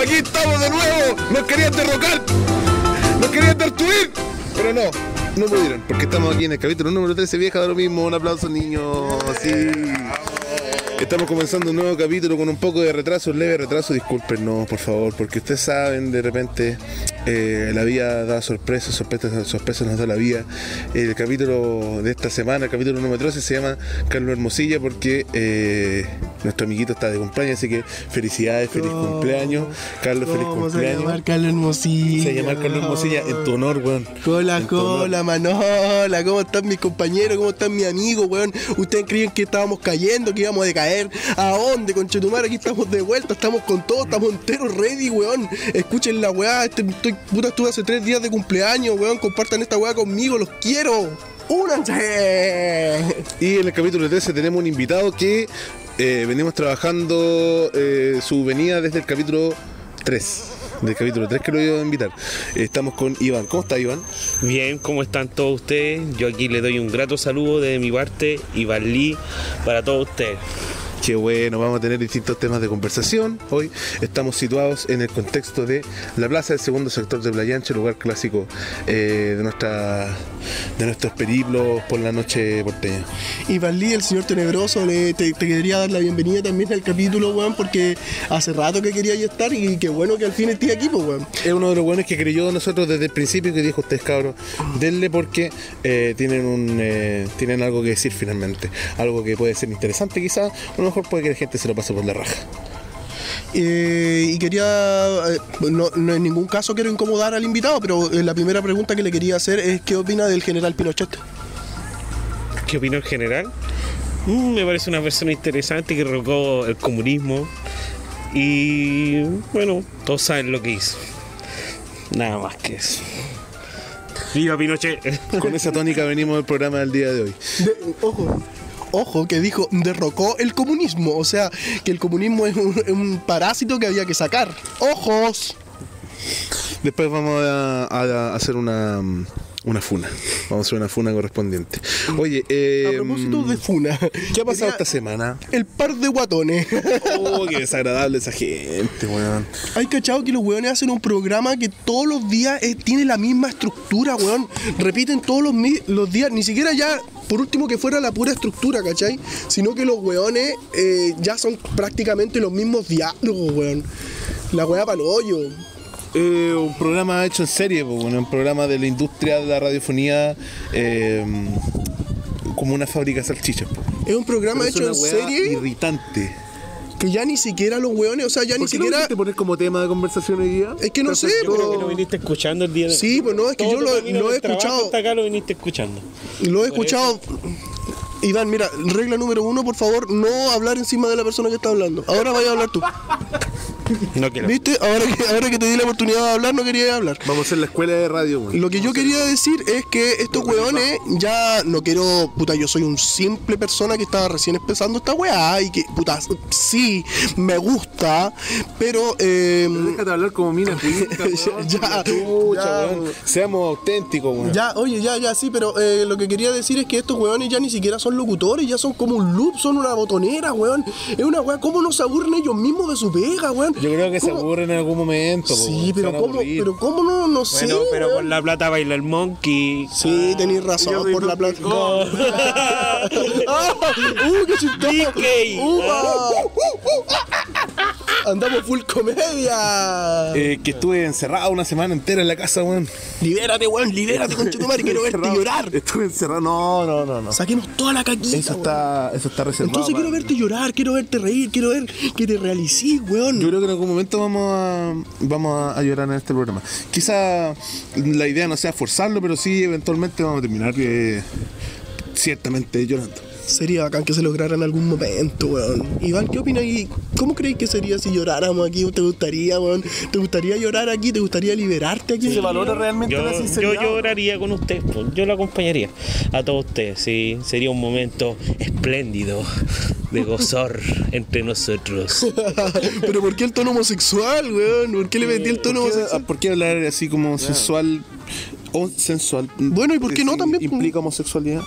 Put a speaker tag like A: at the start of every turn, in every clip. A: Aquí estamos de nuevo. Nos querían derrocar. Nos querían destruir. Pero no, no pudieron. Porque estamos aquí en el capítulo número 13. Vieja de lo mismo. Un aplauso, niño. Sí. Estamos comenzando un nuevo capítulo con un poco de retraso, un leve retraso, discúlpenos por favor, porque ustedes saben, de repente eh, la vida da sorpresas, sorpresas, sorpresas nos da la vida. El capítulo de esta semana, el capítulo número 13, se llama Carlos Hermosilla porque eh, nuestro amiguito está de cumpleaños, así que felicidades, feliz
B: ¿Cómo?
A: cumpleaños. Carlos, feliz
B: ¿Cómo se
A: cumpleaños.
B: llama Carlos Hermosilla?
A: Se llama Carlos Hermosilla en tu honor, weón.
B: Hola,
A: En tu honor.
B: hola, manola, ¿cómo están mis compañeros? ¿Cómo están mis amigos, weón? Ustedes creían que estábamos cayendo, que íbamos a decaer. ¿A dónde, conchetumar? Aquí estamos de vuelta, estamos con todo, estamos enteros ready, weón. Escuchen la weá, este, estoy, puta, estuve hace tres días de cumpleaños, weón. Compartan esta weá conmigo, los quiero. ¡Únanse!
A: Y en el capítulo 13 tenemos un invitado que eh, venimos trabajando eh, su venida desde el capítulo 3. Del capítulo 3 que lo iba a invitar. Estamos con Iván. ¿Cómo está Iván?
C: Bien, ¿cómo están todos ustedes? Yo aquí les doy un grato saludo de mi parte y Lee para todos ustedes.
A: Qué bueno, vamos a tener distintos temas de conversación. Hoy estamos situados en el contexto de la plaza del segundo sector de Playa Ancha, lugar clásico eh, de, nuestra, de nuestros periplos por la noche porteña.
B: Y Valí, el señor tenebroso, le, te, te quería dar la bienvenida también al capítulo, weón, porque hace rato que quería yo estar y qué bueno que al fin estoy aquí, pues, weón.
A: Es uno de los buenos que creyó en nosotros desde el principio y que dijo ustedes cabros, denle porque eh, tienen un eh, tienen algo que decir finalmente. Algo que puede ser interesante quizás, o a lo mejor puede que la gente se lo pase por la raja.
B: Eh, y quería, eh, no, no en ningún caso quiero incomodar al invitado, pero eh, la primera pregunta que le quería hacer es qué opina del general Pinochet.
C: ¿Qué opino en general? Mm, me parece una persona interesante que rocó el comunismo y bueno, todos saben lo que hizo. Nada más que eso. Viva Pinochet.
A: Con esa tónica venimos del programa del día de hoy.
B: De- ojo. Ojo, que dijo, derrocó el comunismo. O sea, que el comunismo es un, es un parásito que había que sacar. ¡Ojos!
A: Después vamos a, a- a hacer una, mm, una funa. Vamos a hacer una funa correspondiente. Oye, eh,
B: A propósito de Funa.
A: ¿qué ha pasado esta
B: quería-
A: semana?
B: El par de guatones.
A: Oh, qué desagradable esa gente, weón.
B: Hay cachado que los weones hacen un programa que todos los días eh, tiene la misma estructura, weón. Repiten todos los, mi- los días, ni siquiera ya, por último, que fuera la pura estructura, ¿cachai? Sino que los weones eh, ya son prácticamente los mismos diálogos, weón. La weá para el hoyo.
A: Eh, un programa hecho en serie, po, bueno, un programa de la industria de la radiofonía eh, como una fábrica de salchichas. po.
B: Es un programa
A: Pero es
B: hecho en
A: una weá
B: serie
A: Irritante.
B: que ya ni siquiera los weones, o sea, ya ni siquiera.
A: poner como tema de conversación hoy día?
B: Es que no sé,
C: Yo creo que
B: pero
C: lo viniste escuchando el día de
B: Sí, pues no, es que
C: Todo
B: yo
C: tu
B: lo-
C: camino
B: lo he
C: del trabajo
B: escuchado.
C: Hasta acá lo viniste escuchando.
B: lo he escuchado. Iván, mira, regla número uno, por favor, no hablar encima de la persona que está hablando. Ahora vaya a hablar tú.
C: No quiero.
B: ¿Viste? Ahora que, ahora que te di la oportunidad de hablar, no quería hablar.
A: Vamos a hacer la escuela de radio. bueno.
B: Lo que yo quería decir es que estos weones ya no quiero, puta, yo soy un simple persona que estaba recién empezando esta weá y que, puta, sí, me gusta, pero... Eh,
D: Déjate hablar como mina cuica, weón.
B: ya,
A: Chucha,
B: ya,
A: weón. Seamos auténticos, weón.
B: Ya, oye, ya, ya, sí, pero eh, lo que quería decir es que estos weones ya ni siquiera son locutores, ya son como un loop, son una botonera, weón. Es una weá, ¿cómo no se aburren ellos mismos de su pega, weón?
A: Yo creo que se
B: ¿Cómo?
A: aburren en algún momento. po, weón.
B: Sí,
A: Se
B: pero
A: van a
B: ¿cómo,
A: aburrir.
B: pero ¿cómo no? No sé.
C: Bueno, pero
B: weón.
C: con la plata baila el monkey.
B: Sí, tenéis
D: Ella
B: razón
D: me
B: por la plata.
D: complicó.
B: ¡Ah! ¡Uh, qué chistoso!
C: DK.
B: ¡Uva! Andamos full comedia.
A: Eh, que estuve encerrado una semana entera en la casa, weón.
B: Libérate, weón, libérate, conchetumare, quiero verte llorar.
D: Estuve encerrado. No, no, no, no.
B: Saquemos toda la caquita.
D: Eso
B: weón.
D: está, eso está reservado.
B: Entonces quiero
D: para-
B: verte llorar, quiero verte reír, quiero ver que te realicís,
A: Yo
B: weón.
A: creo que en algún momento vamos a, vamos a llorar en este programa. Quizá la idea no sea forzarlo, pero sí eventualmente vamos a terminar eh, ciertamente llorando.
B: Sería bacán que se lograra en algún momento, weón. Iván, ¿qué opinas? ¿Y ¿Cómo creéis que sería si lloráramos aquí? ¿Te gustaría, weón? ¿Te gustaría llorar aquí? ¿Te gustaría liberarte aquí?
D: Se valora realmente
C: Yo,
D: la
C: yo
D: sinceridad.
C: lloraría con usted, pues, yo lo acompañaría a todos ustedes, sí, sería un momento espléndido de gozor entre nosotros.
B: Pero ¿por qué el tono homosexual, weón? ¿Por qué le metí el tono
A: ¿Por qué, ah,
B: homosexual?
A: por qué hablar así como sensual? O sensual.
B: Bueno, ¿y por qué no
A: Sí,
B: también, pues?
A: ¿Implica homosexualidad?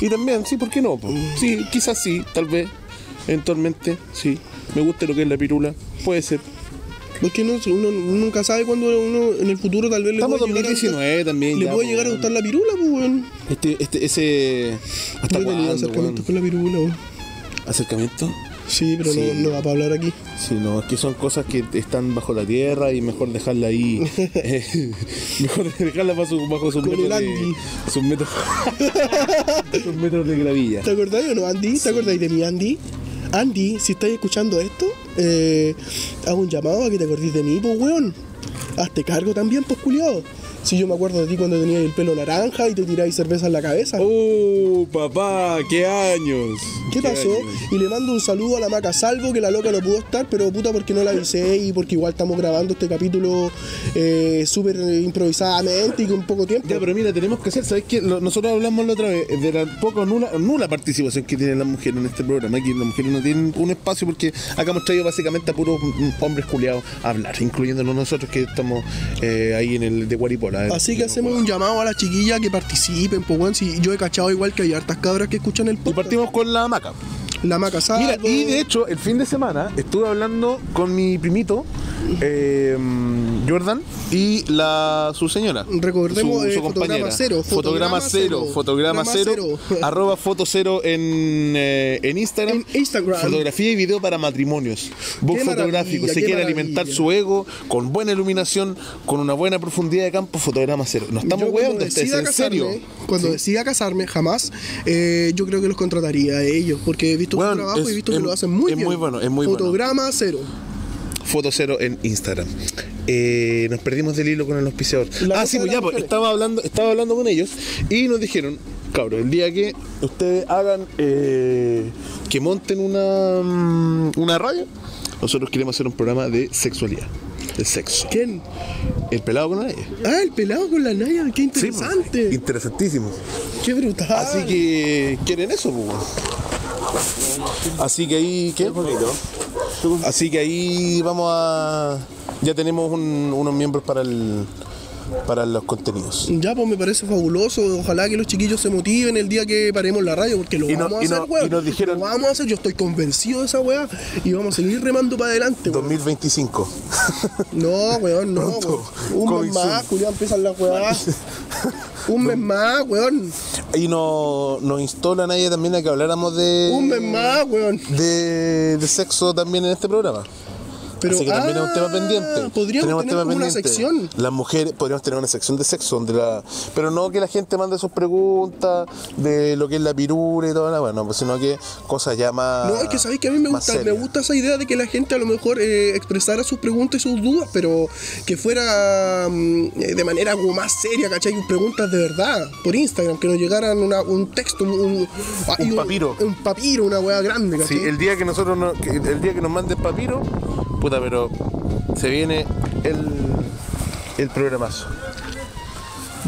A: Y también, sí, ¿por qué no? po? Sí, quizás sí, tal vez. Eventualmente, sí. Me gusta lo que es la pirula. Puede ser.
B: Porque no, sé, uno nunca sabe cuándo uno en el futuro tal vez le
A: Estamos
B: pueda llegar a
A: 2019 también.
B: gustar- le
A: ya,
B: puede
A: po,
B: llegar a
A: weón.
B: gustar la pirula, pues, weón.
A: Este, este, ese. ¿Hasta
B: Yo he tenido
A: cuándo,
B: acercamientos
A: weón?
B: con la pirula, weón.
A: ¿Acercamiento?
B: Sí, pero
A: Sí.
B: No, no va para hablar aquí.
A: Sí, no, es que son cosas que están bajo la tierra y mejor dejarla ahí. Eh, mejor dejarla bajo, su- bajo sus
B: Con el
A: metros
B: Andy.
A: de. Sus metros. sus metros de gravilla.
B: ¿Te acordáis o no, Andy? ¿Te acordáis de mi Andy? Andy, si estáis escuchando esto, eh, hago un llamado a que te acordéis de mí, pues, weón. Hazte cargo también, pues, culiado. Si yo me acuerdo de ti cuando tenías el pelo naranja y te tiráis cerveza en la cabeza.
A: ¡Oh, papá! ¡Qué años!
B: ¿Qué pasó? Y le mando un saludo a la Maca Salvo, que la loca no pudo estar, pero puta porque no la avisé y porque igual estamos grabando este capítulo eh, súper improvisadamente y con poco tiempo.
A: Ya, pero mira, tenemos que hacer, ¿sabes qué? Lo- nosotros hablamos la otra vez de la poco nula, nula participación que tienen las mujeres en este programa, que las mujeres no tienen un espacio porque acá hemos traído básicamente a puros mm, hombres culiados a hablar, incluyéndonos nosotros que estamos eh, ahí en el de Guaripola. eh.
B: Así que hacemos un llamado a las chiquillas que participen, pues weón, si yo he cachado igual que hay hartas cabras que escuchan el
A: Y
B: podcast.
A: partimos con la hamaca.
B: La Maca Salvo.
A: Mira, y de hecho, el fin de semana estuve hablando con mi primito, eh, Jordan, y la su señora.
B: Recordemos, eh, fotograma cero,
A: Fotograma
B: fotograma
A: cero.
B: cero,
A: Fotograma cero.
B: fotograma cero.
A: arroba foto cero en, eh, en Instagram.
B: En Instagram.
A: Fotografía y video para matrimonios. Book
B: Qué
A: fotográfico.
B: maravilla,
A: Se
B: qué
A: quiere
B: maravilla.
A: alimentar su ego con buena iluminación, con una buena profundidad de campo. Fotograma cero. No estamos
B: Yo cuando
A: hueando ustedes,
B: decida
A: en
B: casarme,
A: serio.
B: Cuando
A: Sí.
B: decida casarme, jamás, eh, yo creo que los contrataría a ellos, porque he visto
A: Weón,
B: su trabajo
A: es-
B: y he visto
A: es-
B: que lo hacen muy
A: es
B: bien.
A: muy bueno, es muy bueno.
B: Fotograma cero.
A: Foto cero en Instagram. Eh, nos perdimos del hilo con el auspiciador.
B: La
A: ah,
B: cosa
A: sí,
B: de
A: pues
B: las
A: ya, pues,
B: mujeres.
A: estaba hablando, estaba hablando con ellos y nos dijeron, cabros, el día que ustedes hagan, eh, que monten una, mm, una radio, nosotros queremos hacer un programa de sexualidad, de sexo.
B: ¿Quién?
A: El pelado con nadie.
B: Ah, el pelado con la Naya, qué
A: Sí, pues,
B: interesante.
A: interesantísimo.
B: qué brutal.
A: Así que quieren eso, pues. weón. Así que ahí, ¿qué? Así que ahí vamos a. Ya tenemos un- unos miembros para el. Para los contenidos.
B: Ya, pues me parece fabuloso. Ojalá que los chiquillos se motiven el día que paremos la radio, porque lo
A: Y no-
B: vamos a
A: y
B: hacer,
A: no-
B: weón.
A: y nos dijeron-
B: Lo vamos a hacer, yo estoy convencido de esa weá. Y vamos a seguir remando para adelante, weón.
A: 2025.
B: No, weón, no.
A: Pronto.
B: weón. Un
A: Coming
B: mes más, culiado, empiezan las weas. Un mes más, weón.
A: Y no- nos instalan ahí también a que habláramos de.
B: Un mes más, weón.
A: De, de sexo también en este programa.
B: Pero,
A: Así que también es un tema
B: ah,
A: pendiente.
B: Podríamos
A: Tenemos
B: tener
A: tema
B: como una
A: pendiente.
B: sección.
A: Las mujeres, podríamos tener una sección de sexo, donde la, pero no que la gente mande sus preguntas de lo que es la pirura y todo, la- bueno, pues, sino que cosas ya más.
B: No, es que sabéis que a mí me
A: más
B: gusta, me
A: serias.
B: gusta esa idea de que la gente a lo mejor eh, expresara sus preguntas y sus dudas, pero que fuera mm, eh, de manera como más seria, ¿cachai? Preguntas de verdad por Instagram, que nos llegaran una- un texto, un, un- ay,
A: papiro.
B: Un, papiro, una weá grande,
A: Sí,
B: ¿cachai?
A: el día que nosotros, no- que- el día que nos manden papiro, puta, pero se viene el, el programazo.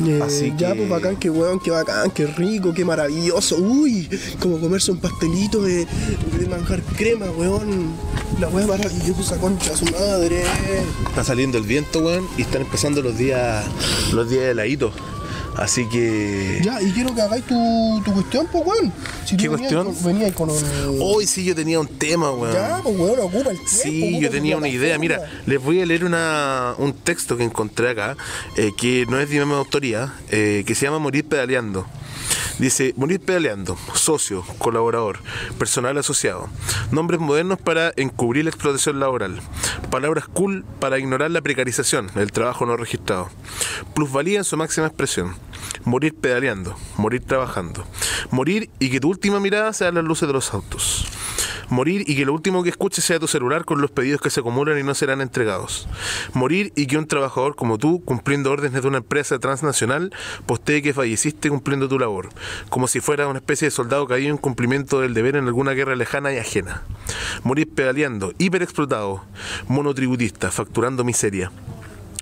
B: Eh,
A: así
B: Ya,
A: que-
B: pues bacán, qué weón, qué bacán, qué rico, qué maravilloso. Uy, como comerse un pastelito de, de manjar crema, weón. La weá maravillosa, concha, de su madre.
A: Está saliendo el viento, weón, y están empezando los días, los días de heladito. Así que.
B: Ya, y quiero que hagáis tu, tu cuestión, pues weón. Si tú
A: ¿Qué
B: venías
A: cuestión?
B: con- venías con un.
A: Hoy sí yo tenía un tema, weón.
B: Ya, pues weón, ocupa el tiempo.
A: Sí,
B: ocupa
A: yo
B: tu
A: tenía una idea. Mira,
B: plataforma.
A: les voy a leer una, un texto que encontré acá, eh, que no es de mi autoría, eh, que se llama Morir Pedaleando. Dice, Morir Pedaleando, socio, colaborador, personal asociado. Nombres modernos para encubrir la explotación laboral. Palabras cool para ignorar la precarización, el trabajo no registrado. Plusvalía en su máxima expresión. Morir pedaleando, morir trabajando. Morir y que tu última mirada sea las luces de los autos. Morir y que lo último que escuches sea tu celular con los pedidos que se acumulan y no serán entregados. Morir y que un trabajador como tú, cumpliendo órdenes de una empresa transnacional, postee que falleciste cumpliendo tu labor, como si fuera una especie de soldado caído en cumplimiento del deber en alguna guerra lejana y ajena. Morir pedaleando, hiperexplotado, monotributista, facturando miseria.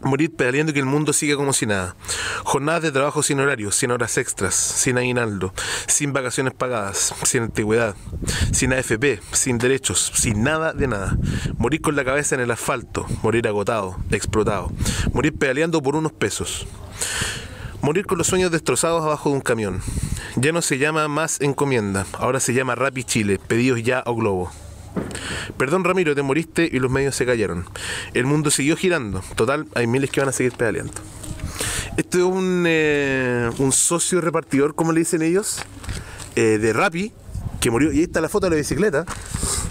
A: Morir pedaleando y que el mundo siga como si nada. Jornadas de trabajo sin horario, sin horas extras, sin aguinaldo, sin vacaciones pagadas, sin antigüedad, sin AFP, sin derechos, sin nada de nada. Morir con la cabeza en el asfalto, morir agotado, explotado. Morir pedaleando por unos pesos. Morir con los sueños destrozados abajo de un camión. Ya no se llama más encomienda, ahora se llama Rappi Chile, pedidos ya o globo. Perdón Ramiro, te moriste y los medios se callaron. El mundo siguió girando. Total, hay miles que van a seguir pedaleando. Esto es un, eh, un socio repartidor, como le dicen ellos, eh, de Rappi, que murió. Y ahí está la foto de la bicicleta.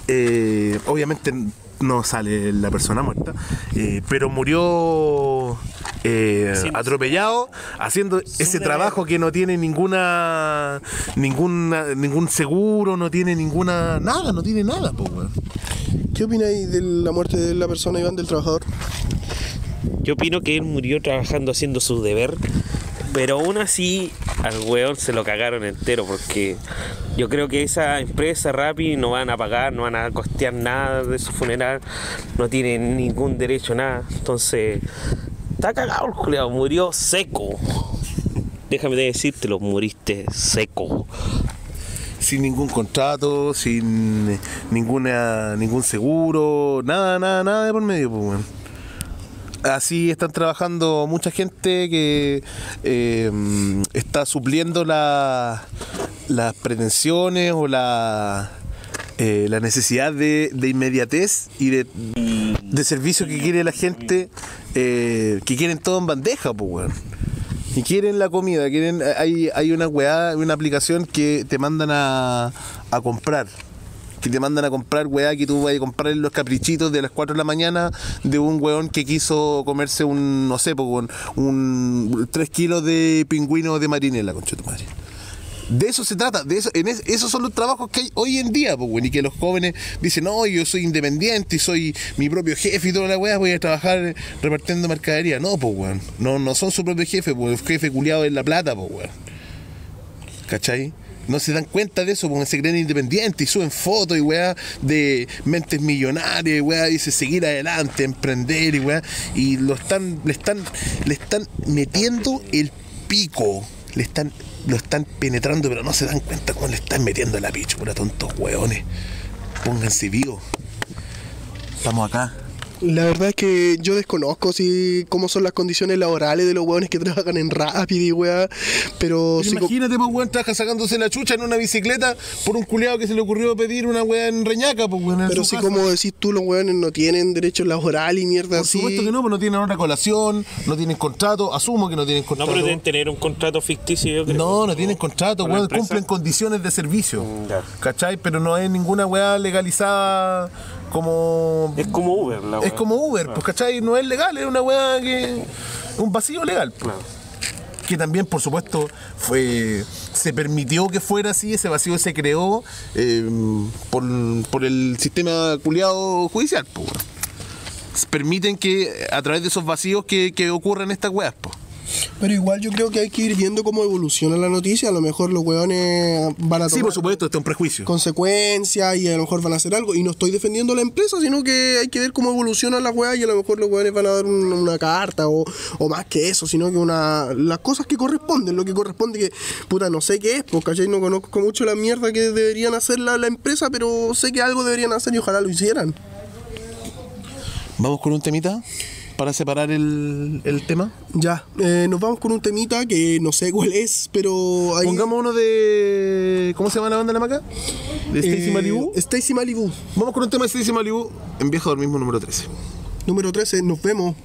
A: Eh, obviamente no sale la persona muerta, eh, pero murió eh,
C: Haciendo-
A: atropellado haciendo ese trabajo que no tiene ninguna, ninguna ningún seguro, no tiene ninguna nada, no tiene nada, po, weón.
B: ¿Qué opináis de la muerte de la persona, Iván, del trabajador?
C: Yo opino que él murió trabajando haciendo su deber, pero aún así al weón se lo cagaron entero porque yo creo que esa empresa Rappi no van a pagar, no van a costear nada de su funeral, no tienen ningún derecho, nada. Entonces, está cagado el culiao, murió seco. Déjame decírtelo, muriste seco.
A: sin ningún contrato, sin eh, ninguna ningún seguro, nada, nada, nada de por medio, pues, weón. Así están trabajando mucha gente que eh, mm, está supliendo la- las pretensiones o la, eh, la necesidad de, de inmediatez y de, de servicio que quiere la gente, eh, que quieren todo en bandeja, pues, weón. Y quieren la comida, quieren. Hay, hay una weá, una aplicación que te mandan a, a comprar. Que te mandan a comprar weá que tú vas a comprar en los caprichitos de las 4 de la mañana de un weón que quiso comerse un, no sé, po, weón, un 3 kilos de pingüino de marinela, concha de tu madre. De eso se trata, de eso, en es- esos son los trabajos que hay hoy en día, pues, weón, y que los jóvenes dicen, no, yo soy independiente y soy mi propio jefe y toda la weá, voy a trabajar repartiendo mercadería. No, pues, weón, no, no son su propio jefe, pues, el jefe culiado en la plata, pues, weón. ¿Cachai? No se dan cuenta de eso, porque se creen independientes y suben fotos y weá de mentes millonarias y weá dice seguir adelante, emprender y weá. Y lo están, le están, le están metiendo el pico. Le están, lo están penetrando, pero no se dan cuenta cómo le están metiendo la picha, pura tontos weones. Pónganse vivos. Estamos acá.
B: La verdad es que yo desconozco si cómo son las condiciones laborales de los hueones que trabajan en Rappi, weá, pero sí co-
A: Imagínate, pues weón, trabaja sacándose la chucha en una bicicleta por un culeado que se le ocurrió pedir una weá en Reñaca, pues weón. en
B: pero
A: su
B: sí
A: casa.
B: como decís tú, los hueones no tienen derechos laborales y mierda
A: Por
B: así.
A: supuesto que no, pues no tienen hora de colación, no tienen contrato, asumo que no tienen
C: No
A: contrato.
C: pretenden tener un contrato ficticio, yo creo.
A: no, no tienen contrato,
C: Con la
A: weón,
C: empresa. Mm,
A: cumplen condiciones de servicio.
C: Ya.
A: ¿Cachai? Pero no hay ninguna weá legalizada como.
C: Es como Uber, la
A: Es
C: weá.
A: como Uber, pues ¿cachai? No es legal, es una weá que. un vacío legal. pues. Que también, por supuesto, fue. se permitió que fuera así, ese vacío se creó eh, por, por el sistema culiado judicial, pues. weón. Permiten que a través de esos vacíos que, que ocurran estas weas, pues.
B: Pero igual yo creo que hay que ir viendo cómo evoluciona la noticia, a lo mejor los hueones van a
A: Sí, por
B: tomar
A: supuesto, esto es un prejuicio.
B: consecuencias y a lo mejor van a hacer algo. Y no estoy defendiendo la empresa, sino que hay que ver cómo evoluciona la weá y a lo mejor los weones van a dar un- una carta o, o más que eso, sino que una las cosas que corresponden, lo que corresponde que, puta, no sé qué es, porque ¿cachai? No conozco mucho la mierda que deberían hacer la, la empresa, pero sé que algo deberían hacer y ojalá lo hicieran.
A: Vamos con un temita para separar el, el tema.
B: Ya, eh, nos vamos con un temita que no sé cuál es, pero hay...
A: Pongamos uno de. ¿Cómo se llama la banda de la maca? De Stacy
B: eh,
A: Malibu.
B: Stacy Malibu,
A: Vamos con un tema de Stacy Malibu en Viejo del mismo número 13.
B: número 13, nos vemos.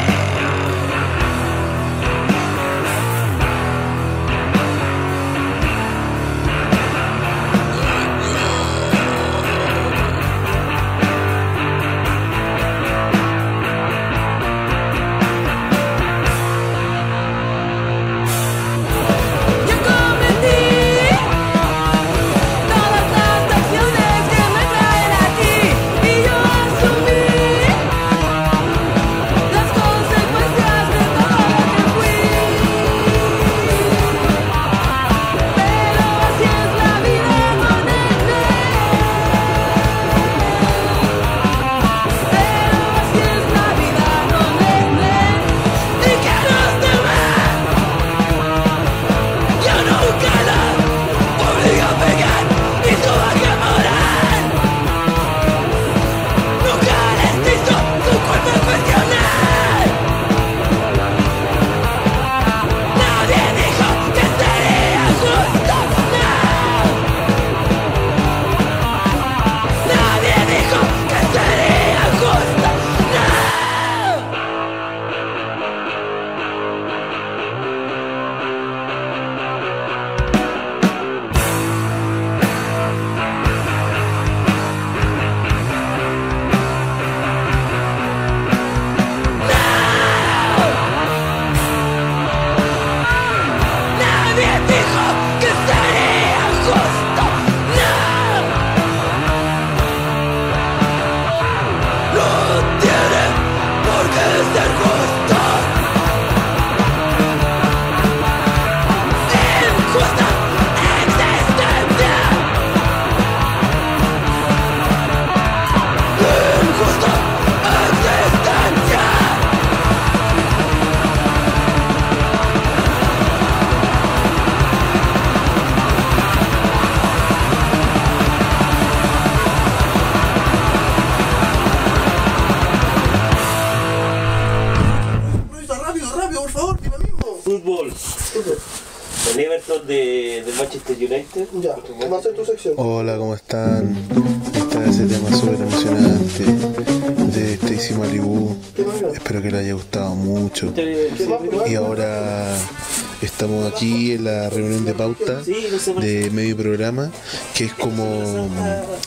E: Thank El Everton de, de Manchester United.
B: Ya, va a ser tu sección.
A: Hola, ¿cómo están? Está ese tema súper emocionante de este Stacy Malibu. Espero que les haya gustado mucho. Y ahora estamos aquí en la reunión de pauta de medio programa, que es como,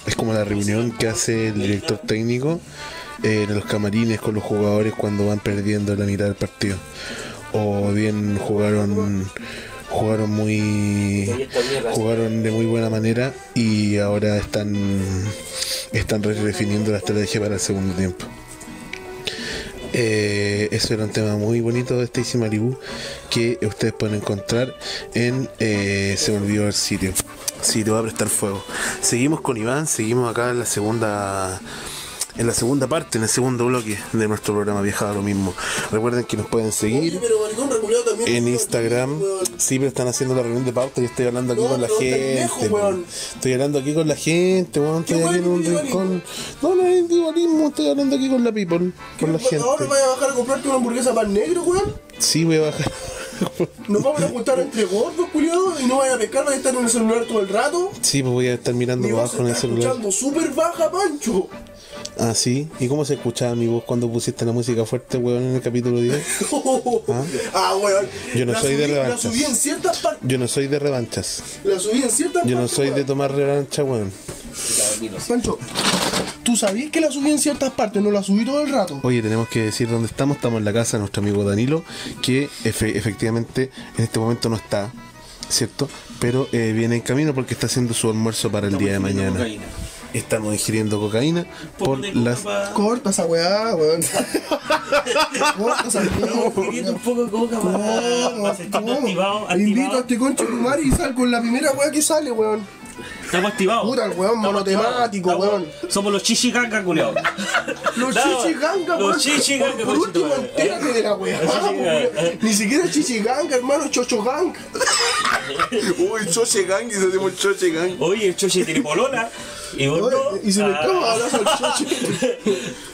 A: es como la reunión que hace el director técnico en los camarines con los jugadores cuando van perdiendo la mitad del partido. O bien jugaron jugaron muy jugaron de muy buena manera y ahora están están redefiniendo la estrategia para el segundo tiempo. Eh, eso era un tema muy bonito de Stacy Malibu que ustedes pueden encontrar en eh, se me olvidó el sitio. Sí, te voy a prestar fuego. Seguimos con Iván, seguimos acá en la segunda en la segunda parte, en el segundo bloque de nuestro programa Viajado a lo mismo. Recuerden que nos pueden seguir en Instagram. Sí, pero están haciendo la reunión de pauta y estoy hablando aquí
B: No,
A: con la
B: no,
A: gente.
B: pendejo,
A: po.
B: weón.
A: Estoy hablando aquí con la gente, weón. Estoy aquí en un rincón. No, no es individualismo, estoy hablando aquí con la people, con la gente.
B: Ahora vayas a bajar a comprarte una hamburguesa pan negro, weón.
A: Sí, voy a bajar.
B: Nos vamos a juntar entre gordos, culiados, y no vayan a pescar, van a estar en el celular todo el rato.
A: Sí, pues voy a estar mirando
B: Mi
A: para
B: voz se
A: abajo en el
B: está
A: celular.
B: escuchando súper baja, Pancho.
A: Ah, sí. ¿Y cómo se escuchaba mi voz cuando pusiste la música fuerte, weón, en el capítulo 10?
B: ¿Ah? weón.
A: Yo no
B: La
A: soy de
B: subí- La
A: revanchas.
B: subí en ciertas partes.
A: Yo no soy de revanchas.
B: La subí en ciertas
A: Yo no
B: partes,
A: soy
B: weón.
A: de tomar revancha, weón.
B: Pancho, tú sabías que la subí en ciertas partes, no la subí todo el rato.
A: Oye, tenemos que decir dónde estamos. Estamos en la casa de nuestro amigo Danilo, que efe- efectivamente en este momento no está, ¿cierto? Pero eh, viene en camino porque está haciendo su almuerzo para el día de mañana. Estamos ingiriendo cocaína por las...
B: Corta esa weá, weón. Corta esa weá.
E: un poco de coca
B: No,
E: para. Estamos activados,
B: no. Invito a
E: activados.
B: este concho de tu madre y sal con la primera weá que sale, weón.
E: Estamos activados.
B: Puta, el weón
E: Estamos
B: monotemático,
E: activados.
B: weón.
E: Somos los chichiganga, culiados.
B: Los
E: No,
B: chichiganga,
E: los
B: weón.
E: chichiganga,
B: Por último,
E: conchetumare.
B: entérate de la weá.
E: Los chichiganga.
B: weón. Ni siquiera chichiganga, hermano, chochogang.
D: Uy, Choche Gang, y se hacemos Choche Gang.
E: Oye, el choche tiene polola. Y vos no.
B: Y se me
E: Ah.
B: estaba hablando al choche.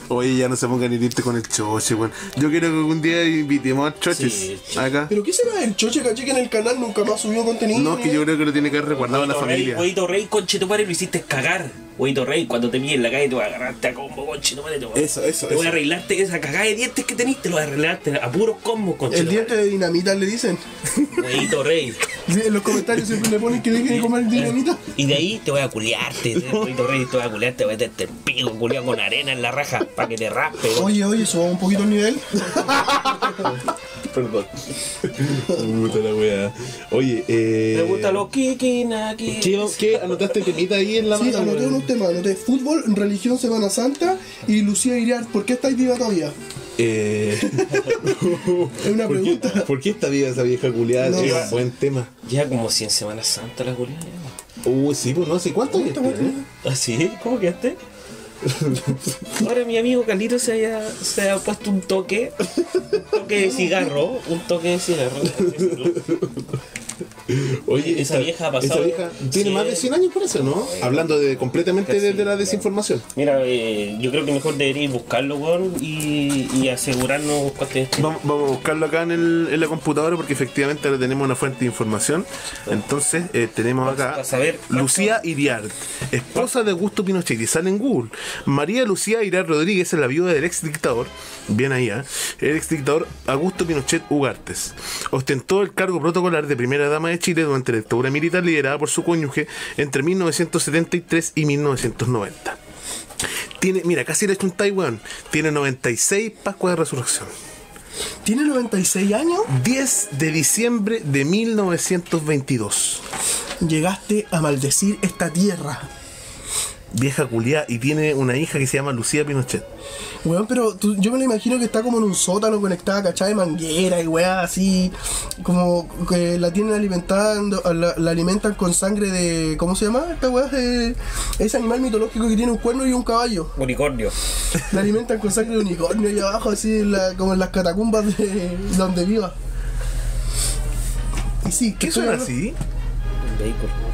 D: Oye, ya no se pongan iristes con el Choche, weón. Yo quiero que algún día invitemos a Choches
E: Sí.
D: acá.
B: Pero ¿qué será del choche, caché? Que en el canal nunca más subió contenido.
D: No, es
B: ni
D: que yo
B: nada.
D: creo que lo tiene que haber resguardado la
E: Huevito Rey,
D: familia.
E: Huevito Rey, conche tu madre, lo hiciste cagar. Huevito Rey, cuando te pille en la calle te voy a agarrarte a combo, conche tu madre. Te voy a-
D: Eso, eso,
E: Te voy a
D: eso.
E: arreglarte esa cagada de dientes que teniste, lo voy a arreglarte a puros combos, conche
B: El
E: tu
B: diente de dinamita le dicen.
E: madre. Huevito Rey.
B: En los comentarios siempre le ponen que dejen de comer dinamita.
E: Y de ahí te voy a culiarte, te- Huevito Rey, te voy a culiarte, te voy a meterte el pico, culiado con arena en la raja, para que te raspe. weón.
B: Oye, oye, suba un poquito el nivel.
A: Puta la weá. Oye, eh...
E: Me gustan los kikinaki.
A: ¿Qué, qué anotaste temita ahí en la
B: Sí,
A: mano?
B: anoté
A: weón?
B: unos temas, anoté fútbol, religión, Semana Santa y Lucía Iriar. ¿Por qué estáis viva todavía?
A: Eh,
B: Es una
A: ¿por, qué,
B: pregunta.
A: por qué está viva esa vieja culiada?
B: No.
A: Sí, es un buen tema.
E: Ya como 100 Semanas Santa la culiada. ya.
A: Uh, sí, pues no sé cuánto eh? años tiene?
E: ¿Ah, sí? ¿Cómo quedaste? Ahora mi amigo Calito se había, se ha puesto un toque, un toque de cigarro, un toque de cigarro.
A: Oye,
E: Esa vieja ha
A: esa
E: pasado-
A: vieja tiene
E: Sí.
A: más de 100 años por eso, ¿no? Hablando de completamente de, de la desinformación.
E: Mira, eh, yo creo que mejor deberíais buscarlo, weón, y, y asegurarnos cuánto es. este
A: Vamos, vamos a buscarlo acá en, el- en la computadora porque efectivamente ahora tenemos una fuente de información. Entonces eh, tenemos acá
E: a saber cuánto-
A: Lucía Iriart, esposa de Augusto Pinochet, y sale en Google. María Lucía Iriart Rodríguez es la viuda del ex dictador, bien ahí, ¿eh? el ex dictador Augusto Pinochet Ugartes. Ostentó el cargo protocolar de primera dama de Chile durante la dictadura militar liderada por su cónyuge entre 1973 y 1990. Tiene, mira, casi le he hecho un Taiwán. Tiene 96 Pascuas de Resurrección.
B: ¿Tiene 96 años?
A: 10 de diciembre de 1922.
B: Llegaste a maldecir esta tierra.
A: Vieja culiá y tiene una hija que se llama Lucía Pinochet.
B: Weón, pero tú- yo me lo imagino que está como en un sótano conectada, cachada de manguera y weá así. Como que la tienen alimentando, la, la alimentan con sangre de. ¿Cómo se llama? Esta weá es ese animal mitológico que tiene un cuerno y un caballo.
E: Unicornio.
B: La alimentan con sangre de unicornio ahí abajo, así en la- como en las catacumbas de donde viva. Y sí,
A: ¿Qué
B: estoy
A: son
B: hablando-
A: así?
E: Un vehículo.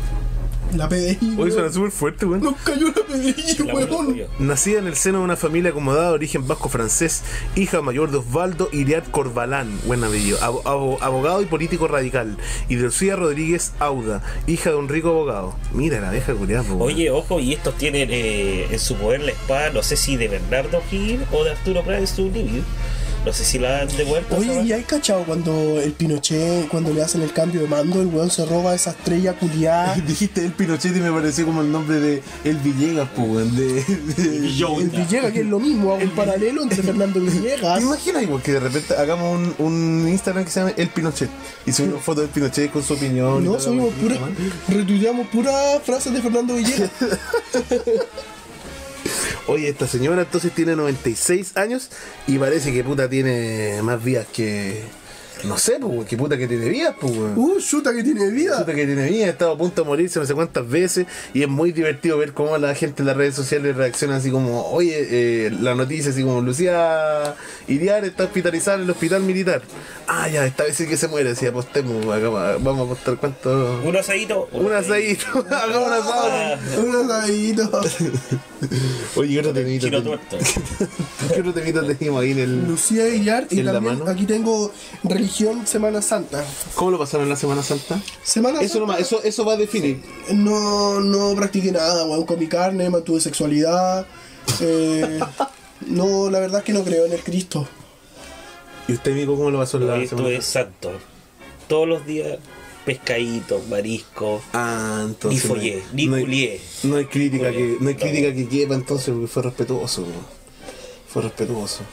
B: La PDI.
A: Hoy
B: weón.
A: suena súper fuerte, weón.
B: Nos cayó la PDI,
C: La buena
B: weón.
C: tuya.
A: Nacida en el seno de una familia acomodada de origen vasco-francés, hija mayor de Osvaldo Iriat Corbalán, buen apellido, abo- abo- abogado y político radical, y de Lucía Rodríguez Auda, hija de un rico abogado. Mira la vieja culiada, po, weón.
C: Oye, ojo, y estos tienen eh, en su poder la espada, no sé si de Bernardo Gil o de Arturo Prat en su livio. No sé si la han devuelto.
B: Oye,
C: esa
B: ¿y hay cachado cuando el Pinochet, cuando le hacen el cambio de mando, el weón se roba esa estrella culiada?
A: Dijiste el Pinochet y me pareció como el nombre de El Villegas, po, weón, de, de-
B: El Villegas, que es lo mismo, hago un paralelo entre Fernando Villegas.
A: ¿Te imaginas, weón, que de repente hagamos un, un Instagram que se llame El Pinochet? Y subimos fotos del Pinochet con su opinión. y toda
B: No,
A: la
B: subimos
A: weá,
B: pura,
A: man.
B: retuiteamos puras frases de Fernando Villegas.
A: Oye, esta señora entonces tiene 96 años y parece que puta tiene más vidas que. No sé, pues, weón, que puta que tiene vidas, pues, weón.
B: Uh, chuta que tiene vida.
A: Puta que tiene vidas, ha estado a punto de morirse no sé cuántas veces y es muy divertido ver cómo la gente en las redes sociales reacciona así como, oye, eh, la noticia así como Lucía Iriar está hospitalizada en el hospital militar. Ah, ya, esta vez sí que se muere, así apostemos, acá va- vamos a apostar
C: weá.
A: cuánto.
C: Un asadito.
A: Un asadito, hagamos un asado.
B: Un ladito.
A: Oye, ¿qué otro
C: Chino
A: temita?
C: tuerto.
A: ¿Qué otro temita teníamos ahí en el.
B: Lucía Aguilar y
A: En la
B: también
A: mano.
B: aquí tengo religión Semana Santa.
A: ¿Cómo lo pasaron la Semana Santa?
B: Semana
A: Eso
B: Santa.
A: nomás, eso, eso va a definir.
B: No, no practiqué nada, weón. Comí carne, mantuve sexualidad. Eh, no, la verdad es que no creo en el Cristo.
A: ¿Y usted, amigo, cómo lo pasó la
C: Esto
A: Semana
C: es santo. Todos los días, pescaditos, marisco.
A: Ah, entonces.
C: Ni
A: no hay-
C: follé, ni
A: no hay-
C: culié.
A: No hay crítica
C: Culié.
A: que, no hay
C: No.
A: crítica que quepa entonces porque fue respetuoso, weón. Fue respetuoso.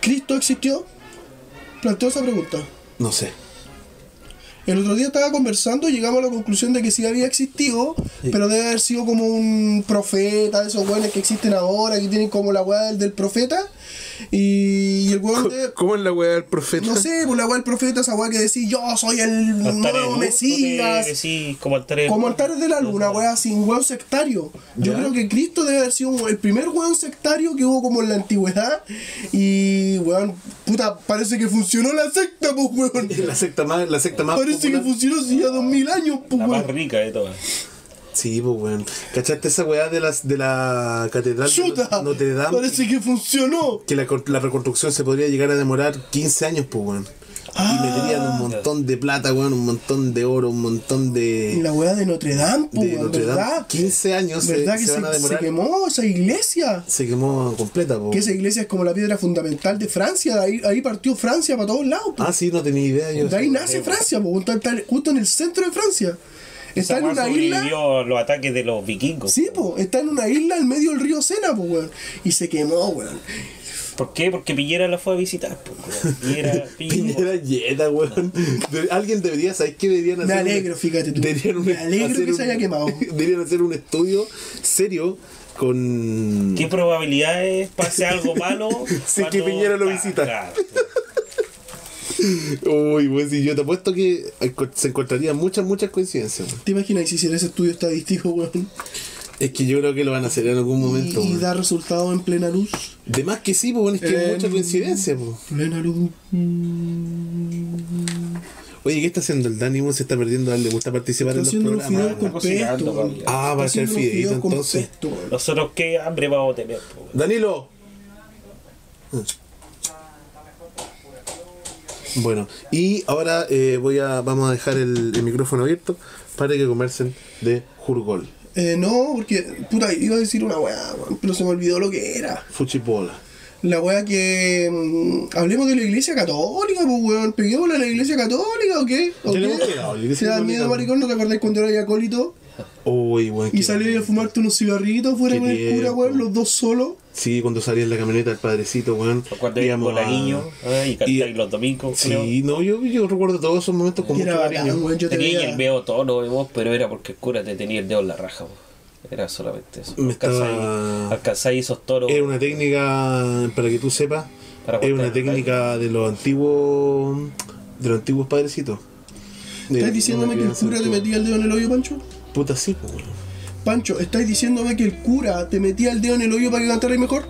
B: ¿Cristo existió? Planteo esa pregunta.
A: No sé.
B: El otro día estaba conversando y llegamos a la conclusión de que sí había existido, pero debe haber sido como un profeta, de esos weones que existen ahora, que tienen como la weá del, del profeta. Y, y el weón de.
A: ¿Cómo es la weá del profeta?
B: No sé, pues la weá del profeta, esa weá que decía yo soy el nuevo Mesías.
C: Sí, como altares.
B: Como altares de la luna, weón, sin weón sectario. Yo creo que Cristo debe haber sido un- el primer weón sectario que hubo como en la antigüedad. Y weón, puta, parece que funcionó la secta, pues weón.
A: La secta más, la secta más
B: Parece que
A: popular.
B: funcionó hace ya dos mil años, pues
C: La más
B: weón.
C: rica de todas.
A: Sí, pues weón. ¿Cachaste esa weá de las de la catedral
B: Chuta,
A: de Notre Dame?
B: parece que funcionó.
A: Que la, cor- la reconstrucción se podría llegar a demorar 15 años, pues weón.
B: Ah.
A: y le tenían un montón de plata, weón, un montón de oro, un montón de.
B: Y la weá de Notre Dame, pues
A: de
B: weón,
A: Notre Dame.
B: ¿verdad?
A: 15 años se,
B: ¿Verdad
A: se
B: que se,
A: van a
B: se
A: demorar.
B: quemó esa iglesia?
A: Se quemó completa, pues. po.
B: Que esa iglesia es como la piedra fundamental de Francia, de ahí, ahí partió Francia para todos lados. po.
A: Ah, sí, no tenía idea. Yo
B: De ahí nace Francia, po, está, está justo en el centro de Francia. Está en
C: Esa weá
B: una isla.
C: sobrevivió los ataques de los vikingos.
B: Sí, po, está en una isla en medio del río Sena, po, weón. Y se quemó, weón.
C: ¿Por qué? Porque Piñera la fue a visitar. po, weón. Piñera,
A: Piñera
C: Piñera.
A: llena, weón. De- alguien debería, ¿sabes qué deberían hacer?
B: alegro, fíjate tú.
A: Deberían
B: Me alegro
A: hacer
B: que se haya quemado.
A: Deberían hacer un estudio serio con.
C: ¿Qué probabilidades pase algo malo?
A: Sí,
C: cuando-
A: que Piñera lo
C: Ah,
A: visita.
C: claro.
A: Uy, weón, si yo te apuesto que enco- se encontrarían muchas, muchas coincidencias. weón.
B: ¿Te imaginas si hiciera ese estudio estadístico, weón?
A: Es que yo creo que lo van a hacer en algún
B: Y,
A: momento.
B: y
A: weón.
B: da resultado en plena luz.
A: De más que sí, pues, weón, es que hay pues.
B: Eh,
A: muchas coincidencias, po.
B: Plena luz.
A: Oye, ¿qué está haciendo el Dánimo? Se está perdiendo, a él le gusta participar
B: Está
A: en los
B: haciendo
A: programas.
B: unos fideos
A: weón.
B: con
C: cocinando,
B: pesto, weón.
C: papi.
A: Ah, va a
B: Está
A: ser
B: haciendo unos
A: fideíto,
B: fideos con
A: entonces.
B: pesto, weón.
C: Nosotros qué hambre vamos a tener. po, weón.
A: Danilo. Mm. Bueno, y ahora eh, voy a, vamos a dejar el, el micrófono abierto para que conversen de Jurgol,
B: Eh, no, porque, puta, iba a decir una weá, weón, pero se me olvidó lo que era.
A: Fuchibola.
B: La wea que. mm, hablemos de la iglesia católica, pues weón. Peguémosle a la iglesia católica o qué? ¿O
A: Tenemos
B: qué?
A: cuidado, la iglesia
B: ¿Te da
A: católica,
B: miedo,
A: no.
B: maricón? ¿No te acordás cuando eras acólito?
A: Uy, weón.
B: Y
A: qué
B: salí a
A: bonito.
B: fumarte unos cigarritos fuera
A: Qué
B: con el cura,
A: tiempo.
B: weón, los dos solos.
A: Sí, cuando salía en la camioneta el padrecito, weón.
C: O Cuando era
A: íbamos a-
C: niño
E: ah,
C: y cantáis los domingos. creo.
A: Sí, no, yo, yo recuerdo todos esos momentos con
B: Y
A: mucho
B: era bacán,
A: cariño.
B: weón. Yo te
C: Tenía
B: veía.
C: el veo tono de vos, pero era porque el cura te tenía el dedo en la raja. po. Era solamente eso.
A: Me
C: Alcanzáis
A: estaba- Eh.
C: alcanzáis esos toros.
A: Era una técnica, para que tú sepas,
C: Para
A: era una
C: cortar el
A: técnica de los antiguos, de los antiguos padrecitos. De-
B: ¿Estás diciéndome
A: de
B: que el
A: crianza
B: cura te
A: antigua.
B: metía el dedo en el hoyo, Pancho?
A: Puta sí, po, weón.
B: Pancho, ¿estáis diciéndome que el cura te metía el dedo en el hoyo para que cantarais mejor?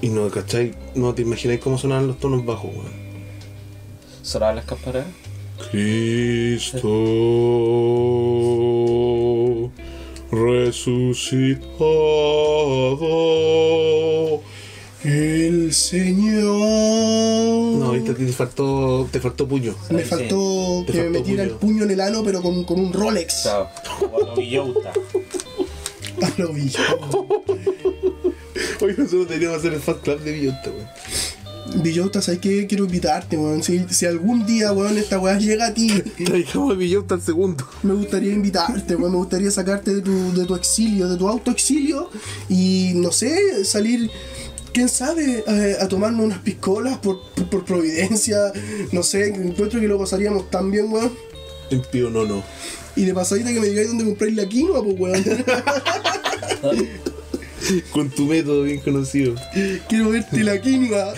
A: Y no, ¿cachai? No te imagináis cómo sonaban los tonos bajos, weón.
C: Sonaban las campanas.
F: Cristo resucitado, el Señor.
A: No, viste, a ti te faltó, te faltó puño.
B: Me
E: Sí.
B: faltó
A: Te
B: que me
A: faltó
B: metiera el
A: puño.
B: puño en el ano, pero con, con un Rolex.
E: Está Como Villota.
B: A lo Villa.
A: Hoy nosotros deberíamos hacer el fan club de Villota, weón.
B: Villota, ¿sabes qué? Quiero invitarte, weón. Si, si algún día, weón, esta weá llega a ti,
A: Traigamos a Villota al segundo.
B: me gustaría invitarte, weón. Me gustaría sacarte de tu, de tu exilio, de tu autoexilio y, no sé, salir, quién sabe, eh, a tomarnos unas piscolas por, por, por Providencia. No sé, encuentro que lo pasaríamos tan bien, weón.
A: En pío no, no.
B: Y de pasadita que me digáis dónde compráis la quinoa, pues, weón.
A: Con tu método bien conocido.
B: Quiero verte la quinoa.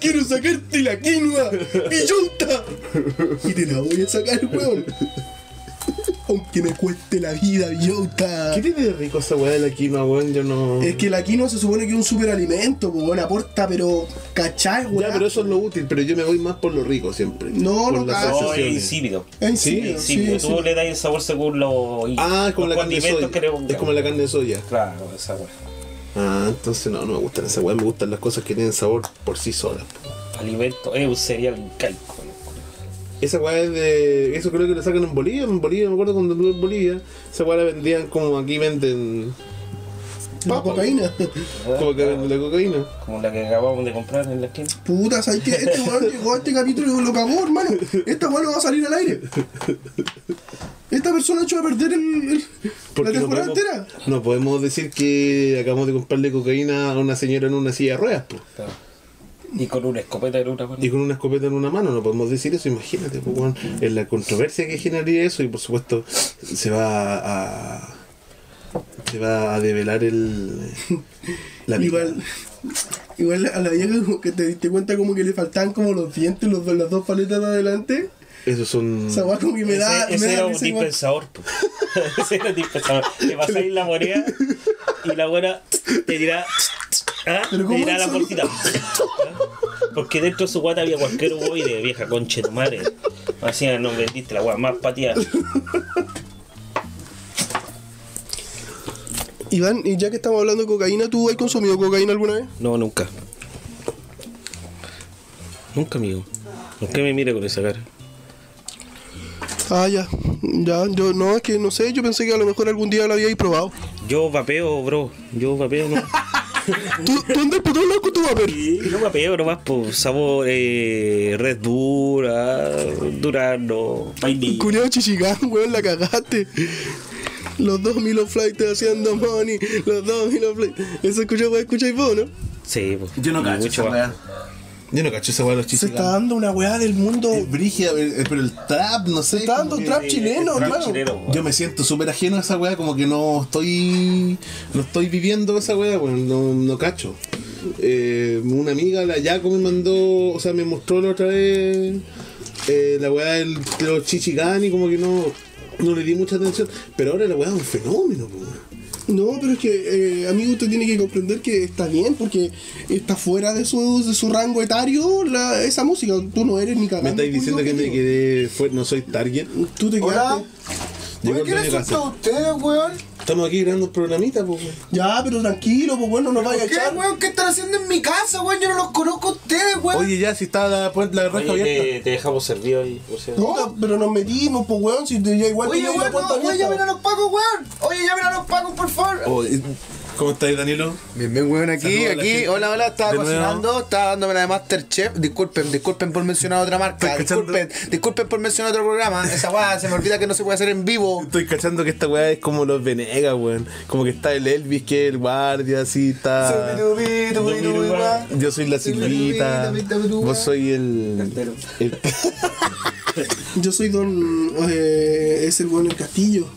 B: Quiero sacarte la quinoa. Pillonta. Y te la voy a sacar, weón. Aunque me cueste la vida, Pillonta.
A: ¿Qué tiene de rico esa weá de la quinoa, weón? Yo no.
B: Es que la quinoa se supone que es un superalimento, pues, weón. Aporta, pero cachai, weón.
A: Ya, pero eso es lo útil, pero yo me voy más por lo rico siempre.
B: No,
A: por
B: no,
A: las
B: cacho.
E: No, es
A: sensaciones.
E: insípido.
B: En
A: Sí,
B: serio, sí,
E: Insípido.
B: sí.
E: Tú le das el sabor según los,
A: Ah, es como
E: los
A: la carne de soya.
E: condimentos que le pongas.
A: Es como la carne de soya.
E: Claro, esa weá.
A: Ah, entonces no, no me gustan esas weas, me gustan las cosas que tienen sabor por sí solas.
E: Alimento, es eh, un cereal incaico. loco.
A: Esa weá es de. Eso creo que lo sacan en Bolivia, en Bolivia, me acuerdo cuando anduve en Bolivia. Esa weá la vendían como aquí venden.
B: La
A: Papa.
B: cocaína.
A: Como que venden la cocaína.
E: Como la que acabamos de comprar en la esquina.
B: Puta, ¿sabes qué? Este weón llegó a este capítulo y lo cagó, hermano. Esta weón no va a salir al aire. Esta persona ha hecho a perder el, el- la
A: no
B: temporada
A: podemos,
B: entera.
A: no podemos decir que acabamos de comprarle cocaína a una señora en una silla de ruedas, po.
E: Claro. Y con una escopeta en una mano.
A: Y con una escopeta en una mano, no podemos decir eso, imagínate, po, weón. Es la controversia que generaría eso y por supuesto se va a. Se va a develar el. La
B: Igual, igual a la vieja como que te diste cuenta como que le faltaban como los dientes, los, do- las dos paletas de adelante.
A: Esos son.
B: Esa weá como que me da...
E: ese,
B: Ah, me
E: ese
B: da
E: era un
B: risa igual.
E: dispensador. po. ese era un dispensador. Le pasáis la moneda y la buena te dirá. ¿ah?
B: Pero
E: Te
B: ¿cómo
E: dirá la
B: eso?
E: bolsita. ¿ah? Porque dentro de su guata había cualquier de vieja concha de tu madre. Así no vendiste la guata más patía.
B: Iván, y ya que estamos hablando de cocaína, ¿tú has consumido cocaína alguna vez?
C: No, nunca. Nunca, amigo. ¿Por qué me mira con esa cara?
B: Ah, ya. Ya, yo no, es que no sé, yo pensé que a lo mejor algún día lo habíais probado.
C: Yo vapeo, bro. Yo vapeo, no.
B: ¿Tú, tú andas por todos lados con tu papel?
C: Yo vapeo nomás por sabor eh, Red Bull, ah, Durano.
E: Vainilla.
B: Culeado chichigán, weón, la cagaste. Los dos Milo Flight te haciendo money. Los dos Milo Flight. Eso escuchó, escucháis vos, ¿no?
C: Sí, pues.
F: Yo no
C: Y
F: cacho
C: mucho
F: esa
C: va-
F: weá.
A: Yo no cacho esa weá de los
B: Se
A: chistes.
B: está dando una weá del mundo.
A: Es brígida, pero eh, pero el trap, no sé.
B: Está dando
A: como que-
B: trap chileno,
E: Trap
B: hermano.
E: chileno, po.
A: Yo me siento súper ajeno a esa weá, como que no estoy. No estoy viviendo esa weá, weón, no, no cacho. Eh, una amiga, la Yaco, me mandó, o sea, me mostró la otra vez eh, la weá del- de los chichigani, como que no, no le di mucha atención. Pero ahora la weá es un fenómeno, po, weón.
B: No, pero es que, eh, amigo, usted tiene que comprender que está bien, porque está fuera de su, de su rango etario la- esa música. Tú no eres ni cagando.
A: Me estáis diciendo que
B: público
A: me quedé fuera, no soy target.
B: objetivo. Tú te quedaste.
F: Hola.
A: Llegó
F: Oye,
A: el
F: ¿Qué
A: dueño de
F: les
A: casa.
F: gusta a ustedes, weón?
A: Estamos aquí grabando un programita, po, weón.
B: Ya, pero tranquilo, pues bueno, no nos vaya a
F: ¿Qué,
B: echar.
F: weón? ¿Qué están haciendo en mi casa, weón? Yo no los conozco a ustedes, weón.
A: Oye, ya, si está la, puerta- la reja
E: Oye,
A: abierta.
E: te, te dejamos servido ahí. por cierto.
B: Puta, pero nos metimos, pues weón, si te, ya igual
F: Oye,
B: tenías la
F: weón,
B: puerta
F: no, weón,
B: abierta.
F: llamen a los pacos, weón. Oye, llamen a los pacos, por favor.
A: Oh, eh, ¿Cómo estáis, Danilo?
F: Bien, bien, weón, aquí,
A: Saludos a la
F: aquí.
A: gente.
F: Hola, hola, estaba
A: De nuevo.
F: cocinando, estaba dándome la de Masterchef. Disculpen, disculpen por mencionar otra marca.
A: Estoy cachando.
F: Disculpen, disculpen por mencionar otro programa. Esa weá, se me olvida que no se puede hacer en vivo.
A: Estoy cachando que esta weá es como los Venegas, weón. Como que está el Elvis, que es el guardia, así está. Yo soy la Silvita. Vos soy el. el-
B: Yo soy don. eh, es el weón del castillo.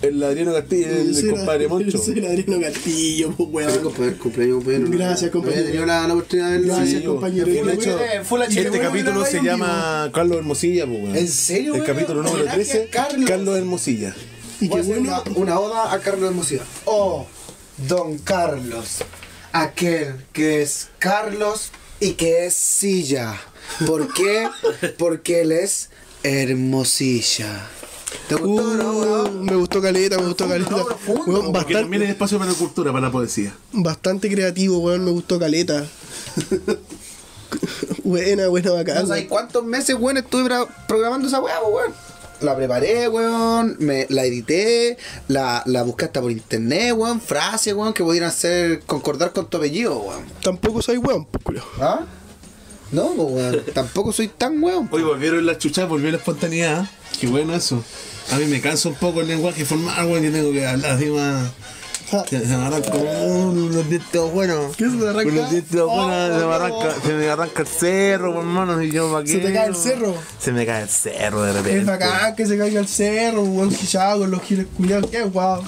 A: El Adriano Castillo, el,
B: Yo soy
A: compadre
B: la-
A: Moncho.
B: Yo soy el Adriano Castillo, pues weón. Gracias, compañero.
F: Yo la, la oportunidad de verlo.
B: Gracias,
A: Sí,
B: compañero.
A: de
B: Full
A: hecho,
B: HD,
F: full HD.
A: Este
F: Bueno,
A: capítulo
B: la
A: se
B: radio
A: llama Carlos Hermosilla, pues, weón.
F: ¿En serio,
A: El
F: weón?
A: capítulo número
F: Homenaje a
A: 13, Carlos.
F: Carlos.
A: Hermosilla.
B: Y uh,
F: Voy
B: qué
F: a hacer
B: bueno.
F: Una, una oda a Carlos Hermosilla. Oh, don Carlos. Aquel que es Carlos y que es silla. ¿Por qué? Porque él es hermosilla. ¿Te gustó, no,
B: Uh,
F: weón?
B: me gustó caleta, me gustó caleta.
F: no, profundo,
B: Weón,
F: porque
A: Que
B: bastante,
A: también hay espacio para la cultura, para la poesía.
B: bastante creativo, weón, me gustó caleta. buena, buena, bacán.
F: No sabes cuántos meses, weón, estuve bra- programando esa weá, pues, weón. La preparé, weón, me, la edité, la, la busqué hasta por internet, weón, frases, weón, que pudieran hacer concordar con tu apellido, weón.
B: Tampoco soy weón, pues, culo.
F: ¿Ah? No, pues, weón, tampoco soy tan weón.
A: Hoy volvieron las chuchas, volvió la espontaneidad. Qué bueno eso. A mí me cansa un poco el lenguaje formal, weón, que tengo que hablar así más. Se se me arranca como unos dientes buenos.
B: ¿Qué se te arranca?
A: Unos dientes
B: Oh,
A: buenos, se, me
B: no.
A: arranca, se me arranca el cerro, pues, hermano. Y yo, ¿pa'
B: ¿Se
A: qué,
B: te cae el
A: no?
B: cerro?
A: Se me cae el cerro de repente.
B: Es bacán Ah, que se caiga el cerro, weón, que ya con los giles culiados, qué guau.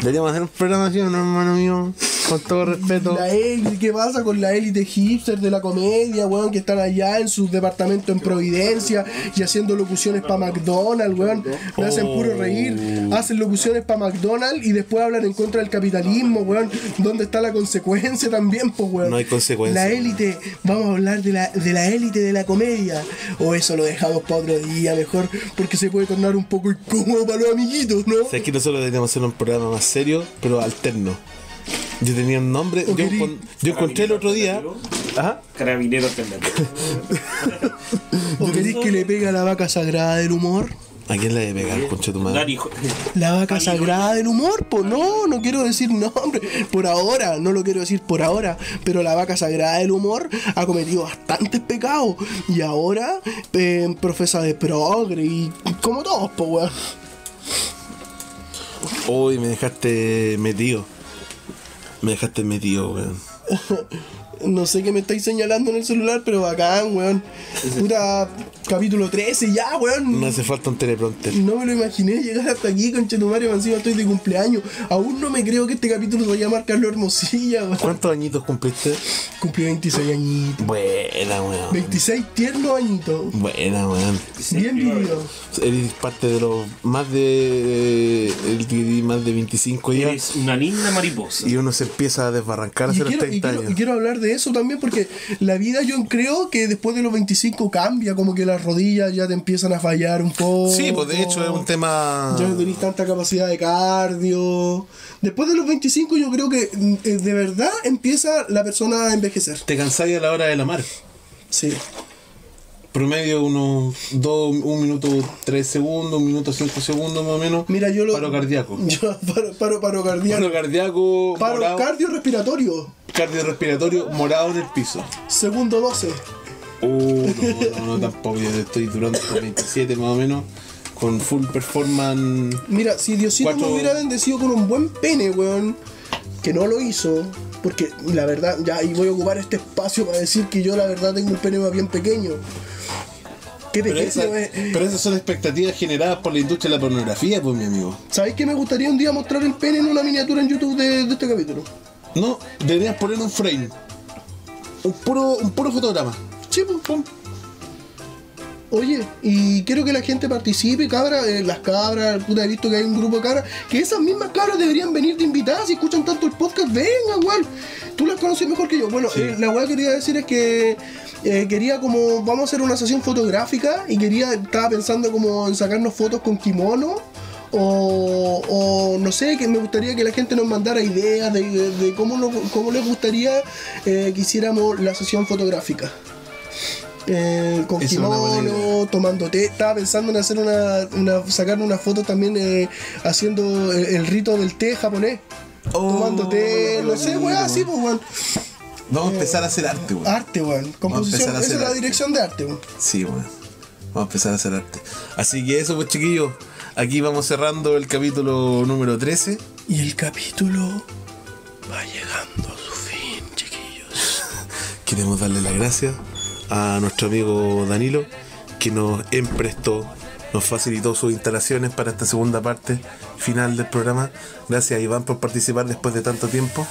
A: Deberíamos hacer un programa así, ¿o no, hermano mío. Con todo respeto.
B: La élite, ¿qué pasa con la élite hipster de la comedia, weón? Que están allá en sus departamentos en Providencia y haciendo locuciones para McDonald's, weón. Me hacen puro
A: Oh.
B: reír. Hacen locuciones para McDonald's y después hablan en contra del capitalismo, weón. ¿Dónde está la consecuencia también, pues, weón?
A: No hay consecuencia.
B: La élite, vamos a hablar de la, de la élite de la comedia. O eso lo dejamos para otro día, mejor, porque se puede tornar un poco incómodo para los amiguitos, ¿no?
A: O sea, es que nosotros deberíamos hacer un programa más serio, pero alterno. Yo tenía un nombre, yo,
B: querí-
A: encon- yo encontré el otro día. Ajá.
C: Carabinero alternativo.
B: ¿O queréis que le pegue a la vaca sagrada del humor?
A: ¿A quién le debe pegar, concha tu madre?
C: Dani, jo-
B: La vaca sagrada del humor, pues no, no quiero decir nombre, por ahora, no lo quiero decir por ahora, pero la vaca sagrada del humor ha cometido bastantes pecados y ahora eh, profesa de progre y como todos, pues weón.
A: Uy, me dejaste metido. Me dejaste metido, weón.
B: No sé qué me estáis señalando en el celular, pero bacán, weón. Puta, capítulo 13 ya, weón.
A: No hace falta un teleprompter.
B: No me lo imaginé llegar hasta aquí con Chetumario, encima estoy de cumpleaños. Aún no me creo que este capítulo se va a llamar Carlos Hermosilla, weón.
A: ¿Cuántos añitos cumpliste?
B: Cumplí 26 añitos.
A: Buena, weón.
B: 26 tiernos añitos.
A: Buena, weón.
B: Bien vivido.
A: Eres parte de los más de. eh, el- más de 25 ya.
C: eres una linda mariposa.
A: Y uno se empieza a desbarrancar
B: Y
A: hacia los
B: quiero, y
A: 30
B: quiero-
A: años.
B: y quiero hablar de eso también porque la vida yo creo que después de los 25 cambia, como que las rodillas ya te empiezan a fallar un poco.
A: Sí, pues de hecho es un tema.
B: Ya no tenés tanta capacidad de cardio. Después de los 25 yo creo que mm, eh, de verdad empieza la persona a envejecer.
A: Te cansáis a la hora de la mar.
B: Sí.
A: Promedio unos 2, 1 minuto 3 segundos, 1 minuto 5 segundos más o menos.
B: Mira, yo lo...
A: Paro cardíaco.
B: Yo paro, paro, paro
A: Paro
B: cardíaco.
A: cardíaco,
B: Paro
A: morado,
B: cardiorrespiratorio.
A: cardiorrespiratorio, morado en el piso.
B: Segundo 12.
A: Uh, no, no, no, tampoco. Yo estoy durando por 27 más o menos. Con full performance.
B: Mira, si Diosito
A: Cuatro-
B: me hubiera bendecido con un buen pene, weón, que no lo hizo, porque la verdad, ya, y voy a ocupar este espacio para decir que yo la verdad tengo un pene más bien pequeño. Qué eh.
A: Pero,
B: pequeño
A: esa-
B: es.
A: pero esas son expectativas generadas por la industria de la pornografía, pues mi amigo.
B: ¿Sabéis que me gustaría un día mostrar el pene en una miniatura en YouTube de, de este capítulo?
A: No, deberías poner un frame. Un puro, un puro fotograma.
B: Sí, pum, pum. Oye, y quiero que la gente participe, cabra, eh, las cabras, puta, he visto que hay un grupo de cabras, que esas mismas cabras deberían venir de invitadas, si escuchan tanto el podcast, vengan, weón. Tú las conoces mejor que yo. Bueno, eh, la weá que quería decir es que eh, quería como, vamos a hacer una sesión fotográfica y quería, estaba pensando como en sacarnos fotos con kimono. O, o no sé, que me gustaría que la gente nos mandara ideas de, de- de cómo, nos- cómo les gustaría eh, que hiciéramos la sesión fotográfica. Eh, con
A: Esa es una buena
B: kimono, tomando té. Estaba pensando en hacer una, una sacar una foto también eh, haciendo el, el rito del té japonés.
A: Oh,
B: tomando té, no sé, weón, Ah. así, pues, weón.
A: Vamos a empezar a hacer arte, weón.
B: Arte, weón. Composición,
A: empezar a
B: esa es
A: hacer
B: la
A: arte.
B: dirección de arte, weón.
A: Sí, bueno. Vamos a empezar a hacer arte. Así que eso, pues chiquillos. Aquí vamos cerrando el capítulo número 13.
B: Y el capítulo va llegando a su fin, chiquillos.
A: Queremos darle las gracias a nuestro amigo Danilo, que nos emprestó, nos facilitó sus instalaciones para esta segunda parte final del programa. Gracias a Iván por participar después de tanto tiempo.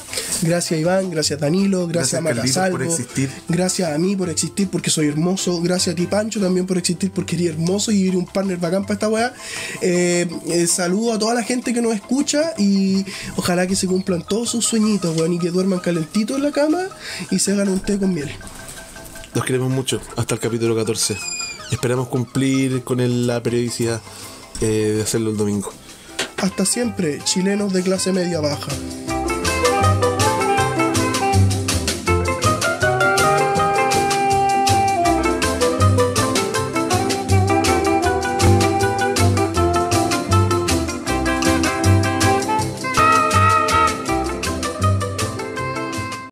B: Gracias Iván, gracias Danilo,
A: Gracias,
B: gracias, a Maca
A: Carlitos,
B: Salvo,
A: por existir.
B: gracias a mí por existir porque soy hermoso, gracias a ti Pancho también por existir porque eres hermoso y eres un partner bacán para esta weá. Eh, eh, saludo a toda la gente que nos escucha y ojalá que se cumplan todos sus sueñitos, weón, y que duerman calentitos en la cama y se hagan un té con miel.
A: Los queremos mucho hasta el capítulo 14. Esperamos cumplir con el- la periodicidad eh, de hacerlo el domingo.
B: Hasta siempre, chilenos de clase media baja.